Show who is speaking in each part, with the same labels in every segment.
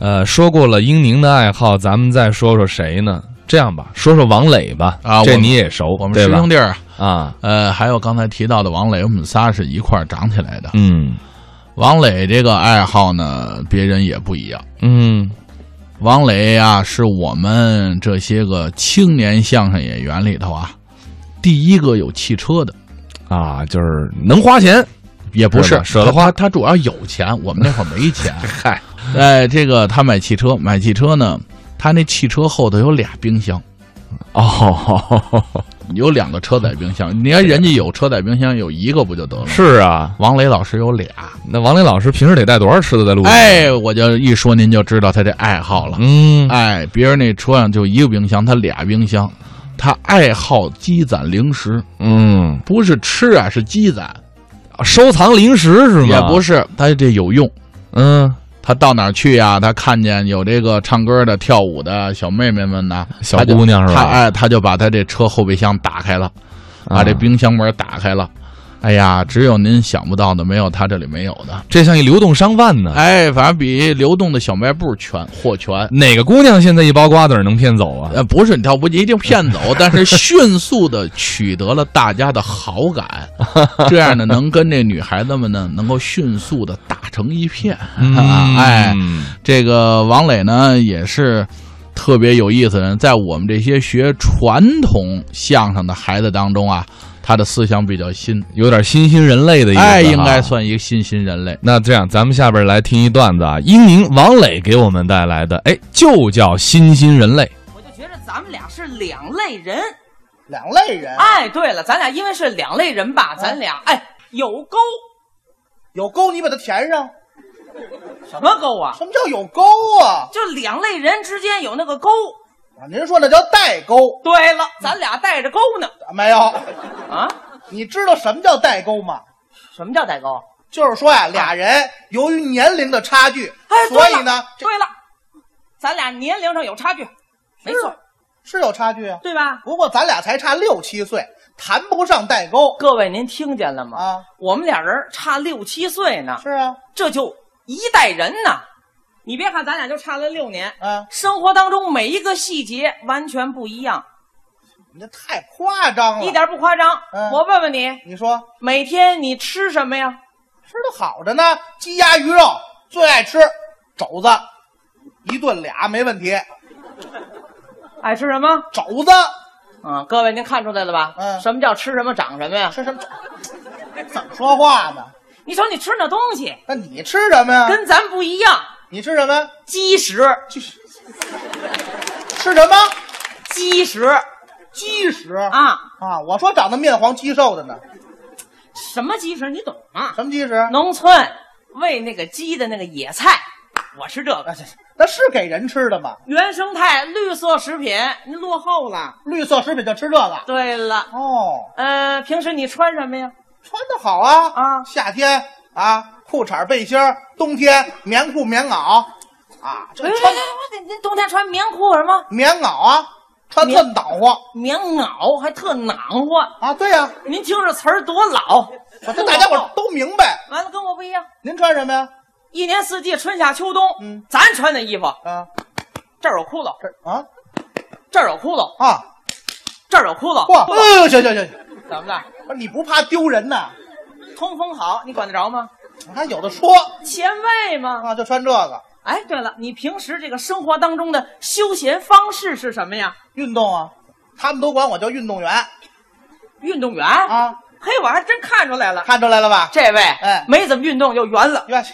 Speaker 1: 呃，说过了英宁的爱好，咱们再说说谁呢？这样吧，说说王磊吧，
Speaker 2: 啊
Speaker 1: 这
Speaker 2: 我们
Speaker 1: 你也熟，
Speaker 2: 我们
Speaker 1: 对
Speaker 2: 师
Speaker 1: 吧
Speaker 2: 兄弟儿，
Speaker 1: 啊，
Speaker 2: 呃，还有刚才提到的王磊，我们仨是一块儿长起来的。
Speaker 1: 嗯
Speaker 2: 王磊这个爱好呢，别人也不一样。
Speaker 1: 嗯
Speaker 2: 王磊啊，是我们这些个青年相声演员里头啊，第一个有汽车的，
Speaker 1: 啊，就是能花钱，
Speaker 2: 也不
Speaker 1: 是
Speaker 2: 是
Speaker 1: 吧舍得花
Speaker 2: 他他主要有钱，我们那会儿没 钱。
Speaker 1: 嗨，
Speaker 2: 哎，这个他买汽车，买汽车呢，他那汽车后头有俩冰箱，
Speaker 1: 哦，
Speaker 2: 有两个车载冰箱。你看人家有车载冰箱，有一个不就得了吗？
Speaker 1: 是啊，
Speaker 2: 王磊老师有俩，
Speaker 1: 那王磊老师平时得带多少吃的在路上？，
Speaker 2: 哎，我就一说您就知道他这爱好了。
Speaker 1: 嗯，
Speaker 2: 哎，别人那车上就一个冰箱，他俩冰箱，他爱好积攒零食，
Speaker 1: 嗯，
Speaker 2: 不是吃啊，是积攒，
Speaker 1: 收藏零食是吗？
Speaker 2: 也不
Speaker 1: 是，
Speaker 2: 是，他这有用。
Speaker 1: 嗯，
Speaker 2: 他到哪儿去呀、他看见有这个唱歌的、跳舞的小妹妹们呐，
Speaker 1: 小
Speaker 2: 他就
Speaker 1: 姑娘是吧啊
Speaker 2: 他哎，他就把他这车后备箱打开了，把这冰箱门打开了。哎呀，只有您想不到的，没有他这里没有的。
Speaker 1: 这像一流动商贩呢。
Speaker 2: 哎，反正比流动的小卖部全货全。
Speaker 1: 哪个姑娘现在一包瓜子儿能骗走啊？
Speaker 2: 呃，不是，他不一定骗走，但是迅速的取得了大家的好感，这样呢，能跟这女孩子们呢，能够迅速的打成一片。
Speaker 1: 嗯
Speaker 2: 哎，这个王磊呢，也是特别有意思的人，在我们这些学传统相声的孩子当中啊，他的思想比较新，
Speaker 1: 有点新兴人类的意思，啊
Speaker 2: 哎，应该。算一个新新人类。
Speaker 1: 哎那这样，咱们下边来听一段子啊，英宁王磊给我们带来的，哎，就叫新新人类。
Speaker 3: 我就觉着咱们俩是两类人。
Speaker 4: 两类人，
Speaker 3: 哎，对了，咱俩因为是两类人吧，咱俩哎有沟，
Speaker 4: 有沟你把它填上。
Speaker 3: 什么沟啊？
Speaker 4: 什么叫有沟啊？
Speaker 3: 就两类人之间有那个沟。
Speaker 4: 啊，您说那叫代沟？
Speaker 3: 对了，
Speaker 4: 嗯
Speaker 3: 咱俩带着沟呢
Speaker 4: 啊没有，
Speaker 3: 啊？
Speaker 4: 你知道什么叫代沟吗？
Speaker 3: 什么叫代沟？
Speaker 4: 就是说呀、俩人由于年龄的差距，
Speaker 3: 哎，
Speaker 4: 所
Speaker 3: 对
Speaker 4: 以
Speaker 3: 了
Speaker 4: 呢，这
Speaker 3: 对了，咱俩年龄上有差距，没错，
Speaker 4: 是有差距啊。
Speaker 3: 对吧？
Speaker 4: 不过咱俩才差六七岁，谈不上代沟。
Speaker 3: 各位，您听见了吗？
Speaker 4: 啊，
Speaker 3: 我们俩人差六七岁呢，
Speaker 4: 是啊，
Speaker 3: 这就一代人呢。你别看咱俩就差了六年，
Speaker 4: 啊，
Speaker 3: 生活当中每一个细节完全不一样。
Speaker 4: 你这太夸张了。
Speaker 3: 一，点不夸张。
Speaker 4: 嗯
Speaker 3: 我问问你，
Speaker 4: 你说
Speaker 3: 每天你吃什么呀？
Speaker 4: 吃的好着呢，鸡鸭鱼肉最爱吃，肘子，一顿俩没问题。
Speaker 3: 爱吃什么？
Speaker 4: 肘子
Speaker 3: 啊，各位您看出来了吧？
Speaker 4: 嗯
Speaker 3: 什么叫吃什么长什么呀？
Speaker 4: 吃什么肘？怎么说话呢？
Speaker 3: 你瞅你吃那东西
Speaker 4: 那你吃什么呀？
Speaker 3: 跟咱不一样，
Speaker 4: 你吃什么呀？
Speaker 3: 基石，
Speaker 4: 吃什么？
Speaker 3: 基石
Speaker 4: 鸡食啊
Speaker 3: 啊，
Speaker 4: 啊！我说长得面黄肌瘦的呢，
Speaker 3: 什么基石你懂吗？
Speaker 4: 什么鸡食？
Speaker 3: 农村喂那个鸡的那个野菜，我吃这
Speaker 4: 啊
Speaker 3: 个
Speaker 4: 这那是给人吃的吗？
Speaker 3: 原生态绿色食品，您落后了。
Speaker 4: 绿色食品就吃这个
Speaker 3: 对了，
Speaker 4: 哦，
Speaker 3: 呃，平时你穿什么呀？
Speaker 4: 穿的好啊
Speaker 3: 啊
Speaker 4: 夏天啊，裤衩背心儿冬天棉裤棉袄啊，这
Speaker 3: 哎哎
Speaker 4: 穿
Speaker 3: 哎哎您冬天穿棉裤什么？
Speaker 4: 棉袄啊，穿特
Speaker 3: 棉
Speaker 4: 暖和
Speaker 3: 棉袄还特暖和。
Speaker 4: 啊，对呀、
Speaker 3: 您听这词儿多老，
Speaker 4: 我啊这大家伙都明白。
Speaker 3: 完了跟我不一样，
Speaker 4: 您穿什么呀？
Speaker 3: 一年四季春夏秋冬，
Speaker 4: 嗯
Speaker 3: 咱穿的衣服
Speaker 4: 啊，
Speaker 3: 这儿有窟窿，
Speaker 4: 这啊
Speaker 3: 这儿有窟窿，
Speaker 4: 啊，
Speaker 3: 这儿有窟窿，
Speaker 4: 嚯，嗯，行行行，
Speaker 3: 怎么的？
Speaker 4: 不是你不怕丢人呐？
Speaker 3: 通风好，你管得着吗？
Speaker 4: 你还有的说
Speaker 3: 前卫吗？
Speaker 4: 啊，就穿这个
Speaker 3: 哎，对了，你平时这个生活当中的休闲方式是什么呀？
Speaker 4: 运动啊，他们都管我叫运动员
Speaker 3: 运动员？
Speaker 4: 啊。
Speaker 3: 嘿，我还真看出来了，
Speaker 4: 看出来了吧？
Speaker 3: 这位
Speaker 4: 哎
Speaker 3: 没怎么运动就圆了。
Speaker 4: 你看，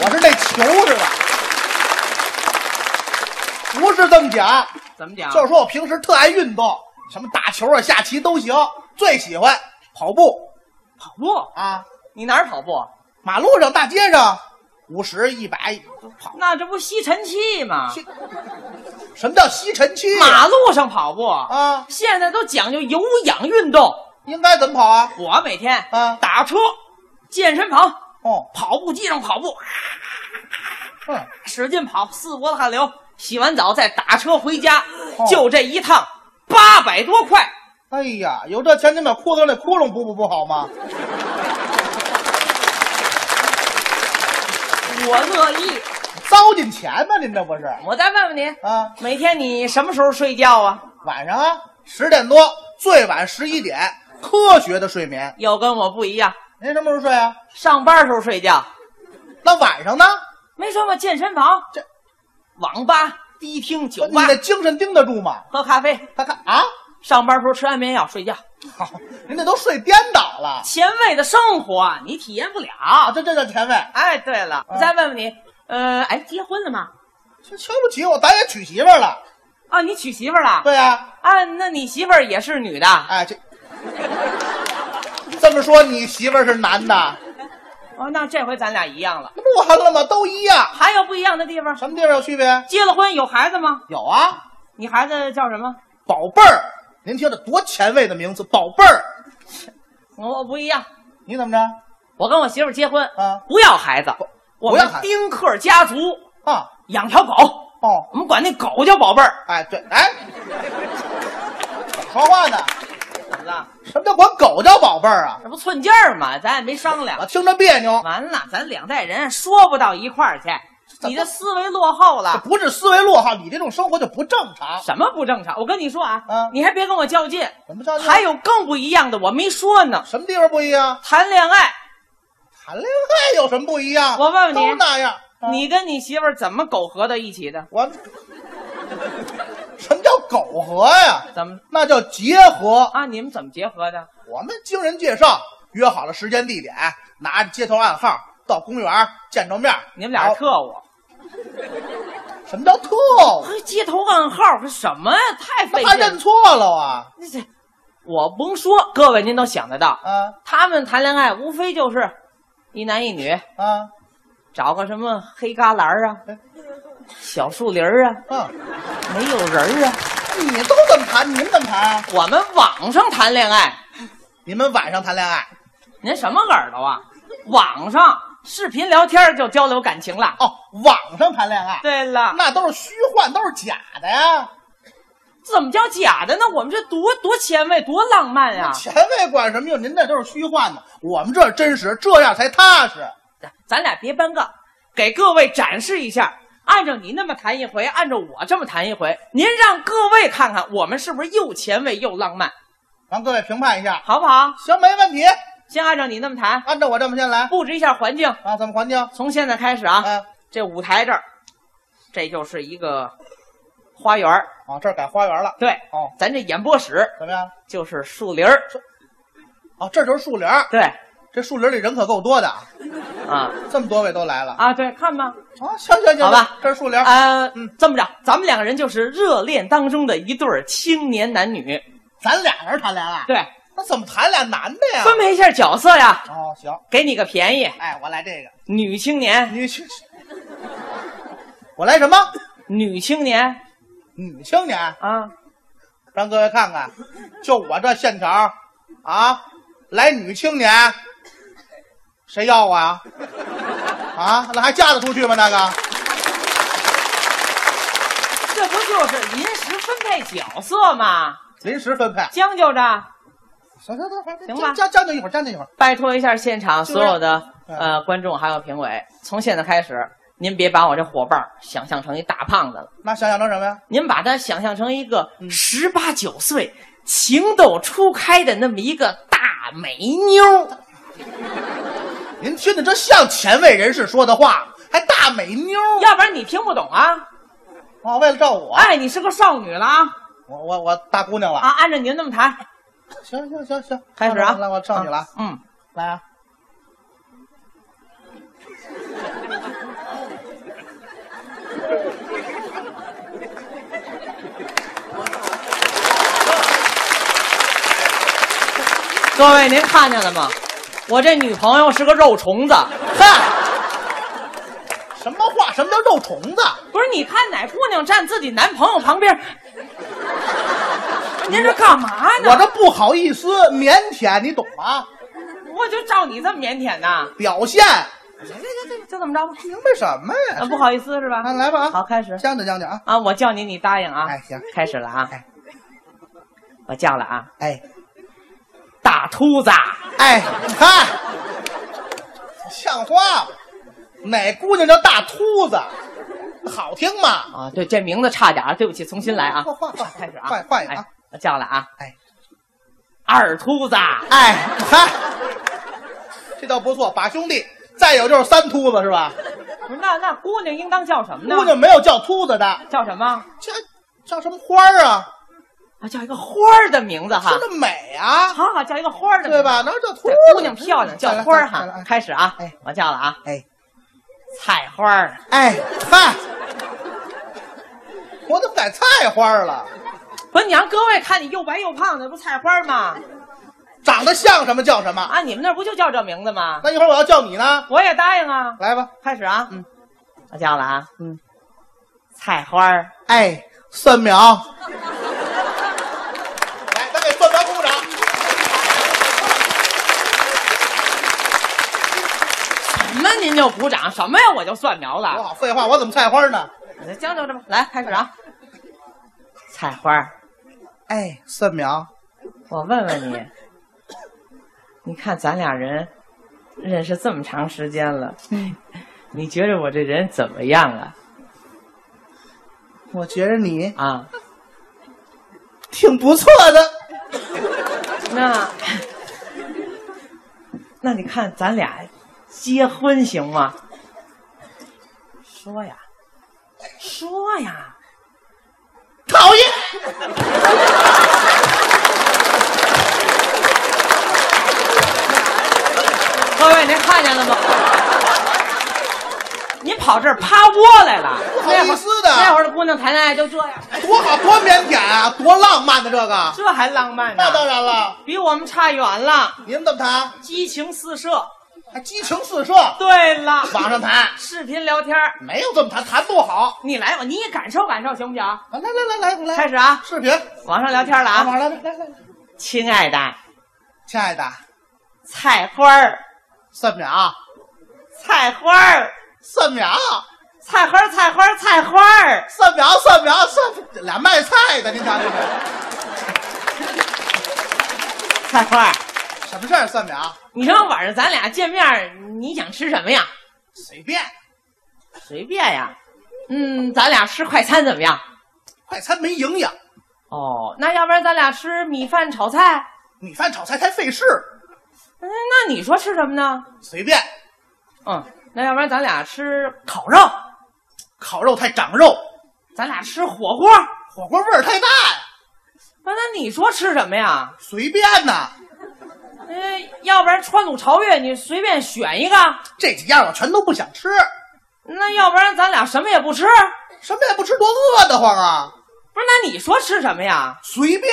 Speaker 4: 我是那球是吧？不是这么讲，
Speaker 3: 怎么讲？
Speaker 4: 就是说我平时特爱运动，什么打球啊、下棋都行，最喜欢跑步
Speaker 3: 跑步。
Speaker 4: 啊，
Speaker 3: 你哪儿跑步？
Speaker 4: 马路上、大街上，五十、一百都跑。
Speaker 3: 那这不吸尘器吗？
Speaker 4: 吸什么叫吸尘器？
Speaker 3: 马路上跑步
Speaker 4: 啊
Speaker 3: 现在都讲究有氧运动。
Speaker 4: 应该怎么跑啊？
Speaker 3: 我每天
Speaker 4: 啊
Speaker 3: 打车、健身房、
Speaker 4: 哦，
Speaker 3: 跑步机上跑步，啊
Speaker 4: 嗯，
Speaker 3: 使劲跑，四脖子汗流。洗完澡再打车回家，
Speaker 4: 哦
Speaker 3: 就这一趟八百多块。
Speaker 4: 哎呀，有这钱，您把裤子上那窟窿补补不好吗？
Speaker 3: 我乐意，
Speaker 4: 糟骗钱吗？您这不是
Speaker 3: 我再问问您，
Speaker 4: 啊？
Speaker 3: 每天你什么时候睡觉啊？
Speaker 4: 晚上啊，十点多，最晚十一点，科学的睡眠。
Speaker 3: 又跟我不一样，
Speaker 4: 您什么时候睡啊？
Speaker 3: 上班时候睡觉，
Speaker 4: 那晚上呢？
Speaker 3: 没说吗？健身房、
Speaker 4: 这
Speaker 3: 网吧、迪厅、酒
Speaker 4: 你
Speaker 3: 吧
Speaker 4: 的精神盯得住吗？
Speaker 3: 喝咖啡，
Speaker 4: 他看啊，
Speaker 3: 上班时候吃安眠药睡觉，
Speaker 4: 好，您这都睡颠倒了
Speaker 3: 前卫的生活啊你体验不了。
Speaker 4: 啊！这这嗯叫前卫，
Speaker 3: 哎，对了，我再问问你，呃，哎，结婚了吗？
Speaker 4: 这瞧不起我，咱也娶媳妇儿了。
Speaker 3: 啊，你娶媳妇儿了？
Speaker 4: 对呀、
Speaker 3: 啊，那你媳妇儿也是女的？
Speaker 4: 哎，这这么说，你媳妇儿是男的，
Speaker 3: 哦，那这回咱俩一样了。
Speaker 4: 那不完了吗？都一样，
Speaker 3: 还有不一样的地方？
Speaker 4: 什么地方有区别？
Speaker 3: 结了婚有孩子吗？
Speaker 4: 有啊，
Speaker 3: 你孩子叫什么？
Speaker 4: 宝贝儿，您听着多前卫的名字，宝贝儿，
Speaker 3: 我我不一样，
Speaker 4: 你怎么着
Speaker 3: 我跟我媳妇儿结婚，
Speaker 4: 啊
Speaker 3: 不要孩子，我
Speaker 4: 不要
Speaker 3: 们
Speaker 4: 孩子
Speaker 3: 丁克家族
Speaker 4: 啊？
Speaker 3: 养条狗，
Speaker 4: 哦，
Speaker 3: 我们管那狗叫宝贝儿，
Speaker 4: 哎，对，哎， 说话呢？
Speaker 3: 怎么了？
Speaker 4: 什么叫管狗叫宝贝儿啊？
Speaker 3: 这不寸劲儿吗？咱也没商量
Speaker 4: 我，听着别扭，
Speaker 3: 完了，咱两代人说不到一块儿去，
Speaker 4: 么
Speaker 3: 你的思维落后
Speaker 4: 这
Speaker 3: 了。
Speaker 4: 不是思维落后，你这种生活就不正常。
Speaker 3: 什么不正常？我跟你说啊，
Speaker 4: 啊
Speaker 3: 你还别跟我较劲，
Speaker 4: 怎么着？
Speaker 3: 还有更不一样的，我没说呢。
Speaker 4: 什么地方不一样？
Speaker 3: 谈恋爱，
Speaker 4: 谈恋爱有什么不一样？
Speaker 3: 我问问你
Speaker 4: 都那样。啊
Speaker 3: 你跟你媳妇儿怎么苟合到一起的？
Speaker 4: 我什么叫苟合呀？
Speaker 3: 怎么
Speaker 4: 那叫结合。
Speaker 3: 啊？你们怎么结合的？
Speaker 4: 我们经人介绍，约好了时间地点，拿着街头暗号到公园见着面。
Speaker 3: 你们俩是
Speaker 4: 好
Speaker 3: 特务？
Speaker 4: 什么叫特务？
Speaker 3: 哎街头暗号是什么呀？太费
Speaker 4: 他
Speaker 3: 劲
Speaker 4: 认
Speaker 3: 了。
Speaker 4: 错了啊
Speaker 3: 那这我甭说，各位您都想得到，
Speaker 4: 啊
Speaker 3: 他们谈恋爱无非就是一男一女，
Speaker 4: 啊
Speaker 3: 找个什么黑旮旯儿啊
Speaker 4: 哎、
Speaker 3: 小树林儿啊、
Speaker 4: 啊！
Speaker 3: 没有人儿啊。
Speaker 4: 你都怎么谈？你们怎么谈啊？
Speaker 3: 我们网上谈恋爱，
Speaker 4: 你们晚上谈恋爱？
Speaker 3: 您什么耳朵啊？网上视频聊天就交流感情了。
Speaker 4: 哦，网上谈恋爱，
Speaker 3: 对了，
Speaker 4: 那都是虚幻，都是假的呀。
Speaker 3: 怎么叫假的呢？我们这多多前卫，多浪漫啊呀、
Speaker 4: 前卫管什么用？您这都是虚幻的，我们这是真实，这样才踏实。
Speaker 3: 咱俩别搬个，给各位展示一下。按照你那么谈一回，按照我这么谈一回，您让各位看看我们是不是又前卫又浪漫，
Speaker 4: 让各位评判一下，
Speaker 3: 好不好？
Speaker 4: 行，没问题。
Speaker 3: 先按照你那么谈，
Speaker 4: 按照我这么先来
Speaker 3: 布置一下环境。
Speaker 4: 啊，怎么环境
Speaker 3: 从现在开始啊，
Speaker 4: 啊？
Speaker 3: 这舞台这儿，这就是一个花园儿
Speaker 4: 啊，这儿改花园了，
Speaker 3: 对，
Speaker 4: 哦，
Speaker 3: 咱这演播室
Speaker 4: 怎么样？
Speaker 3: 就是树林儿。
Speaker 4: 啊，这就是树林儿，
Speaker 3: 对，
Speaker 4: 这树林里人可够多的，
Speaker 3: 啊
Speaker 4: 这么多位都来了
Speaker 3: 啊，对，看吧。
Speaker 4: 啊！行行行，
Speaker 3: 好吧，
Speaker 4: 这是树林儿，
Speaker 3: 呃，
Speaker 4: 嗯
Speaker 3: 这么着，咱们两个人就是热恋当中的一对儿青年男女。
Speaker 4: 咱俩人谈恋爱，
Speaker 3: 对，
Speaker 4: 那怎么谈俩男的呀？
Speaker 3: 分配一下角色呀，
Speaker 4: 哦，行，
Speaker 3: 给你个便宜，
Speaker 4: 哎，我来这个，
Speaker 3: 女青年，
Speaker 4: 女青，我来什么？
Speaker 3: 女青年
Speaker 4: 女青年，
Speaker 3: 啊，
Speaker 4: 让各位看看，就我这线条儿啊，来女青年，谁要我呀？啊，那还嫁得出去吗？那个
Speaker 3: 这不就是临时分配角色吗？
Speaker 4: 临时分配，
Speaker 3: 将就着，
Speaker 4: 行行行，
Speaker 3: 行吧
Speaker 4: 将将就一会儿，将就一会儿。
Speaker 3: 拜托一下现场
Speaker 4: 就这
Speaker 3: 所
Speaker 4: 样
Speaker 3: 有的
Speaker 4: 嗯
Speaker 3: 呃观众还有评委，从现在开始，您别把我这伙伴儿想象成一大胖子了。
Speaker 4: 那想想成什么呀？
Speaker 3: 您把他想象成一个十八九岁、情窦初开的那么一个大美妞儿，
Speaker 4: 您听着，这像前卫人士说的话吗，还大美妞儿
Speaker 3: 要不然你听不懂啊！
Speaker 4: 啊！为了照我，
Speaker 3: 哎，你是个少女了啊！
Speaker 4: 我我我大姑娘了。
Speaker 3: 啊，按照您那么谈，
Speaker 4: 行行行行，
Speaker 3: 开始啊！
Speaker 4: 来，我上去了
Speaker 3: 啊，嗯，
Speaker 4: 来啊！
Speaker 3: 各位您看见了吗？我这女朋友是个肉虫子，
Speaker 4: 嗨，什么话？什么叫肉虫子？
Speaker 3: 不是？你看哪姑娘站自己男朋友旁边儿？ 您这干嘛呢？
Speaker 4: 我这不好意思，腼腆，你懂吗？
Speaker 3: 我就照你这么腼腆呐，
Speaker 4: 表现哎
Speaker 3: 就这么着吧。
Speaker 4: 明白什么
Speaker 3: 啊，
Speaker 4: 呀？
Speaker 3: 不好意思是吧？
Speaker 4: 哎啊，来吧啊，
Speaker 3: 好，开始。
Speaker 4: 将就将就啊！
Speaker 3: 啊，我叫你，你答应啊。
Speaker 4: 哎行
Speaker 3: 开始了啊
Speaker 4: 哎。
Speaker 3: 我叫了啊，
Speaker 4: 哎
Speaker 3: 大秃子，啊
Speaker 4: 哎，你看，像话吗？哪姑娘叫大秃子？好听嘛。
Speaker 3: 啊，对，这名字差点儿，对不起，重新来啊
Speaker 4: 换，换换，
Speaker 3: 开始啊，
Speaker 4: 换换一个啊。
Speaker 3: 哎，叫了啊，
Speaker 4: 哎，
Speaker 3: 二秃子，
Speaker 4: 哎，嗨，这倒不错，把兄弟。再有就是三秃子是吧？
Speaker 3: 不是那那姑娘应当叫什么呢？
Speaker 4: 姑娘没有叫秃子的，
Speaker 3: 叫什么？
Speaker 4: 这叫什么花儿啊？
Speaker 3: 啊，叫一个花儿的名字哈
Speaker 4: 听，着美啊，
Speaker 3: 好好叫一个花儿的名字
Speaker 4: 对？吧？哪叫秃
Speaker 3: 这
Speaker 4: 子？
Speaker 3: 姑娘漂亮，叫花儿
Speaker 4: 再嗯来
Speaker 3: 哈。
Speaker 4: 再来
Speaker 3: 开始啊
Speaker 4: 哎，
Speaker 3: 我叫了啊，
Speaker 4: 哎
Speaker 3: 菜花儿，
Speaker 4: 哎嗨，我怎么改菜花儿了？
Speaker 3: 不是你让各位看你又白又胖的，不菜花儿吗？
Speaker 4: 长得像什么叫什么？
Speaker 3: 啊，你们那儿不就叫这名字吗？
Speaker 4: 那一会儿我要叫你呢，
Speaker 3: 我也答应啊。
Speaker 4: 来吧。
Speaker 3: 开始啊，
Speaker 4: 嗯，
Speaker 3: 我叫了啊，嗯，菜花儿，
Speaker 4: 哎，蒜苗，来，咱给蒜苗鼓鼓掌。
Speaker 3: 什么您就鼓掌，什么呀我就蒜苗
Speaker 4: 我
Speaker 3: 了，
Speaker 4: 好废话，我怎么菜花呢？
Speaker 3: 将就着吧。来，开始啊，菜花儿，
Speaker 4: 哎，蒜苗，
Speaker 3: 我问问你，你看咱俩人认识这么长时间了，你觉得我这人怎么样啊？
Speaker 4: 我觉着你
Speaker 3: 啊，
Speaker 4: 挺不错的。
Speaker 3: 那那你看咱俩结婚行吗？说呀，说呀，
Speaker 4: 讨厌，
Speaker 3: 各位您看见了吗？你跑这儿趴窝来了，
Speaker 4: 好意思的
Speaker 3: 那会儿的姑娘谈恋爱就这样，
Speaker 4: 多好，多腼腆啊，多浪漫的这个。
Speaker 3: 这还浪漫呢
Speaker 4: 那，当然了，
Speaker 3: 比我们差远了，
Speaker 4: 你们怎么谈？
Speaker 3: 激情四射。
Speaker 4: 还激情四射，
Speaker 3: 对了，
Speaker 4: 网上谈
Speaker 3: 视频聊天儿，
Speaker 4: 没有这么谈，谈不好。
Speaker 3: 你来吧，你感受感受行不行？
Speaker 4: 啊来来来来，我来
Speaker 3: 开始啊，
Speaker 4: 视频
Speaker 3: 网上聊天了啊，
Speaker 4: 网上来来来来，
Speaker 3: 亲爱的，
Speaker 4: 亲爱的，
Speaker 3: 菜花儿，
Speaker 4: 蒜苗，
Speaker 3: 菜花儿，
Speaker 4: 蒜苗，
Speaker 3: 菜花儿，菜花儿，菜花儿。
Speaker 4: 蒜苗，蒜苗，蒜俩卖菜的，您瞧瞧这
Speaker 3: 菜花儿，
Speaker 4: 什么事儿？蒜苗，
Speaker 3: 你说晚上咱俩见面儿，你想吃什么呀？
Speaker 4: 随便，
Speaker 3: 随便呀。嗯，咱俩吃快餐怎么样？
Speaker 4: 快餐没营养，
Speaker 3: 哦，那要不然咱俩吃米饭炒菜？
Speaker 4: 米饭炒菜才费事，
Speaker 3: 嗯，那你说吃什么呢？
Speaker 4: 随便，
Speaker 3: 嗯，那要不然咱俩吃烤肉，
Speaker 4: 烤肉太长肉，
Speaker 3: 咱俩吃火锅。
Speaker 4: 火锅味儿太大呀，
Speaker 3: 那那你说吃什么呀？
Speaker 4: 随便呐，
Speaker 3: 呃，要不然川鲁朝越，你随便选一个。
Speaker 4: 这几样我全都不想吃，
Speaker 3: 那要不然咱俩什么也不吃？
Speaker 4: 什么也不吃，多饿得慌啊，
Speaker 3: 不是，那你说吃什么呀？
Speaker 4: 随便，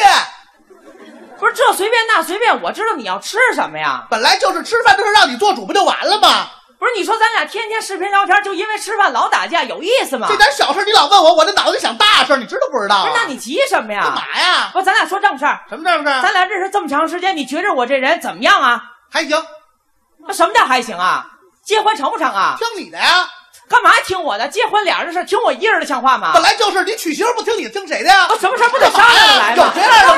Speaker 3: 不是这随便那随便，我知道你要吃什么呀。
Speaker 4: 本来就是吃饭这事儿让你做主不就完了吗？
Speaker 3: 不是你说咱俩天天视频聊天，就因为吃饭老打架，有意思吗？
Speaker 4: 这点小事你老问我，我这脑子里想大事儿，你知道不知道、
Speaker 3: 不
Speaker 4: 啊
Speaker 3: 是，？那你急什么
Speaker 4: 干
Speaker 3: 呀？
Speaker 4: 嘛呀？
Speaker 3: 不，咱俩说正事儿。
Speaker 4: 什么事儿？
Speaker 3: 咱俩认识这么长时间，你觉着我这人怎么样啊？
Speaker 4: 还行，
Speaker 3: 那什么叫还行啊？结婚成不成啊？
Speaker 4: 听你的呀。
Speaker 3: 干嘛听我的？结婚俩人的事儿，听我一人的像话吗
Speaker 4: 本？来就是你娶媳妇不听你的，听谁的呀
Speaker 3: 啊？什么事儿不得商量着来
Speaker 4: 有
Speaker 3: 吗？
Speaker 4: 这样的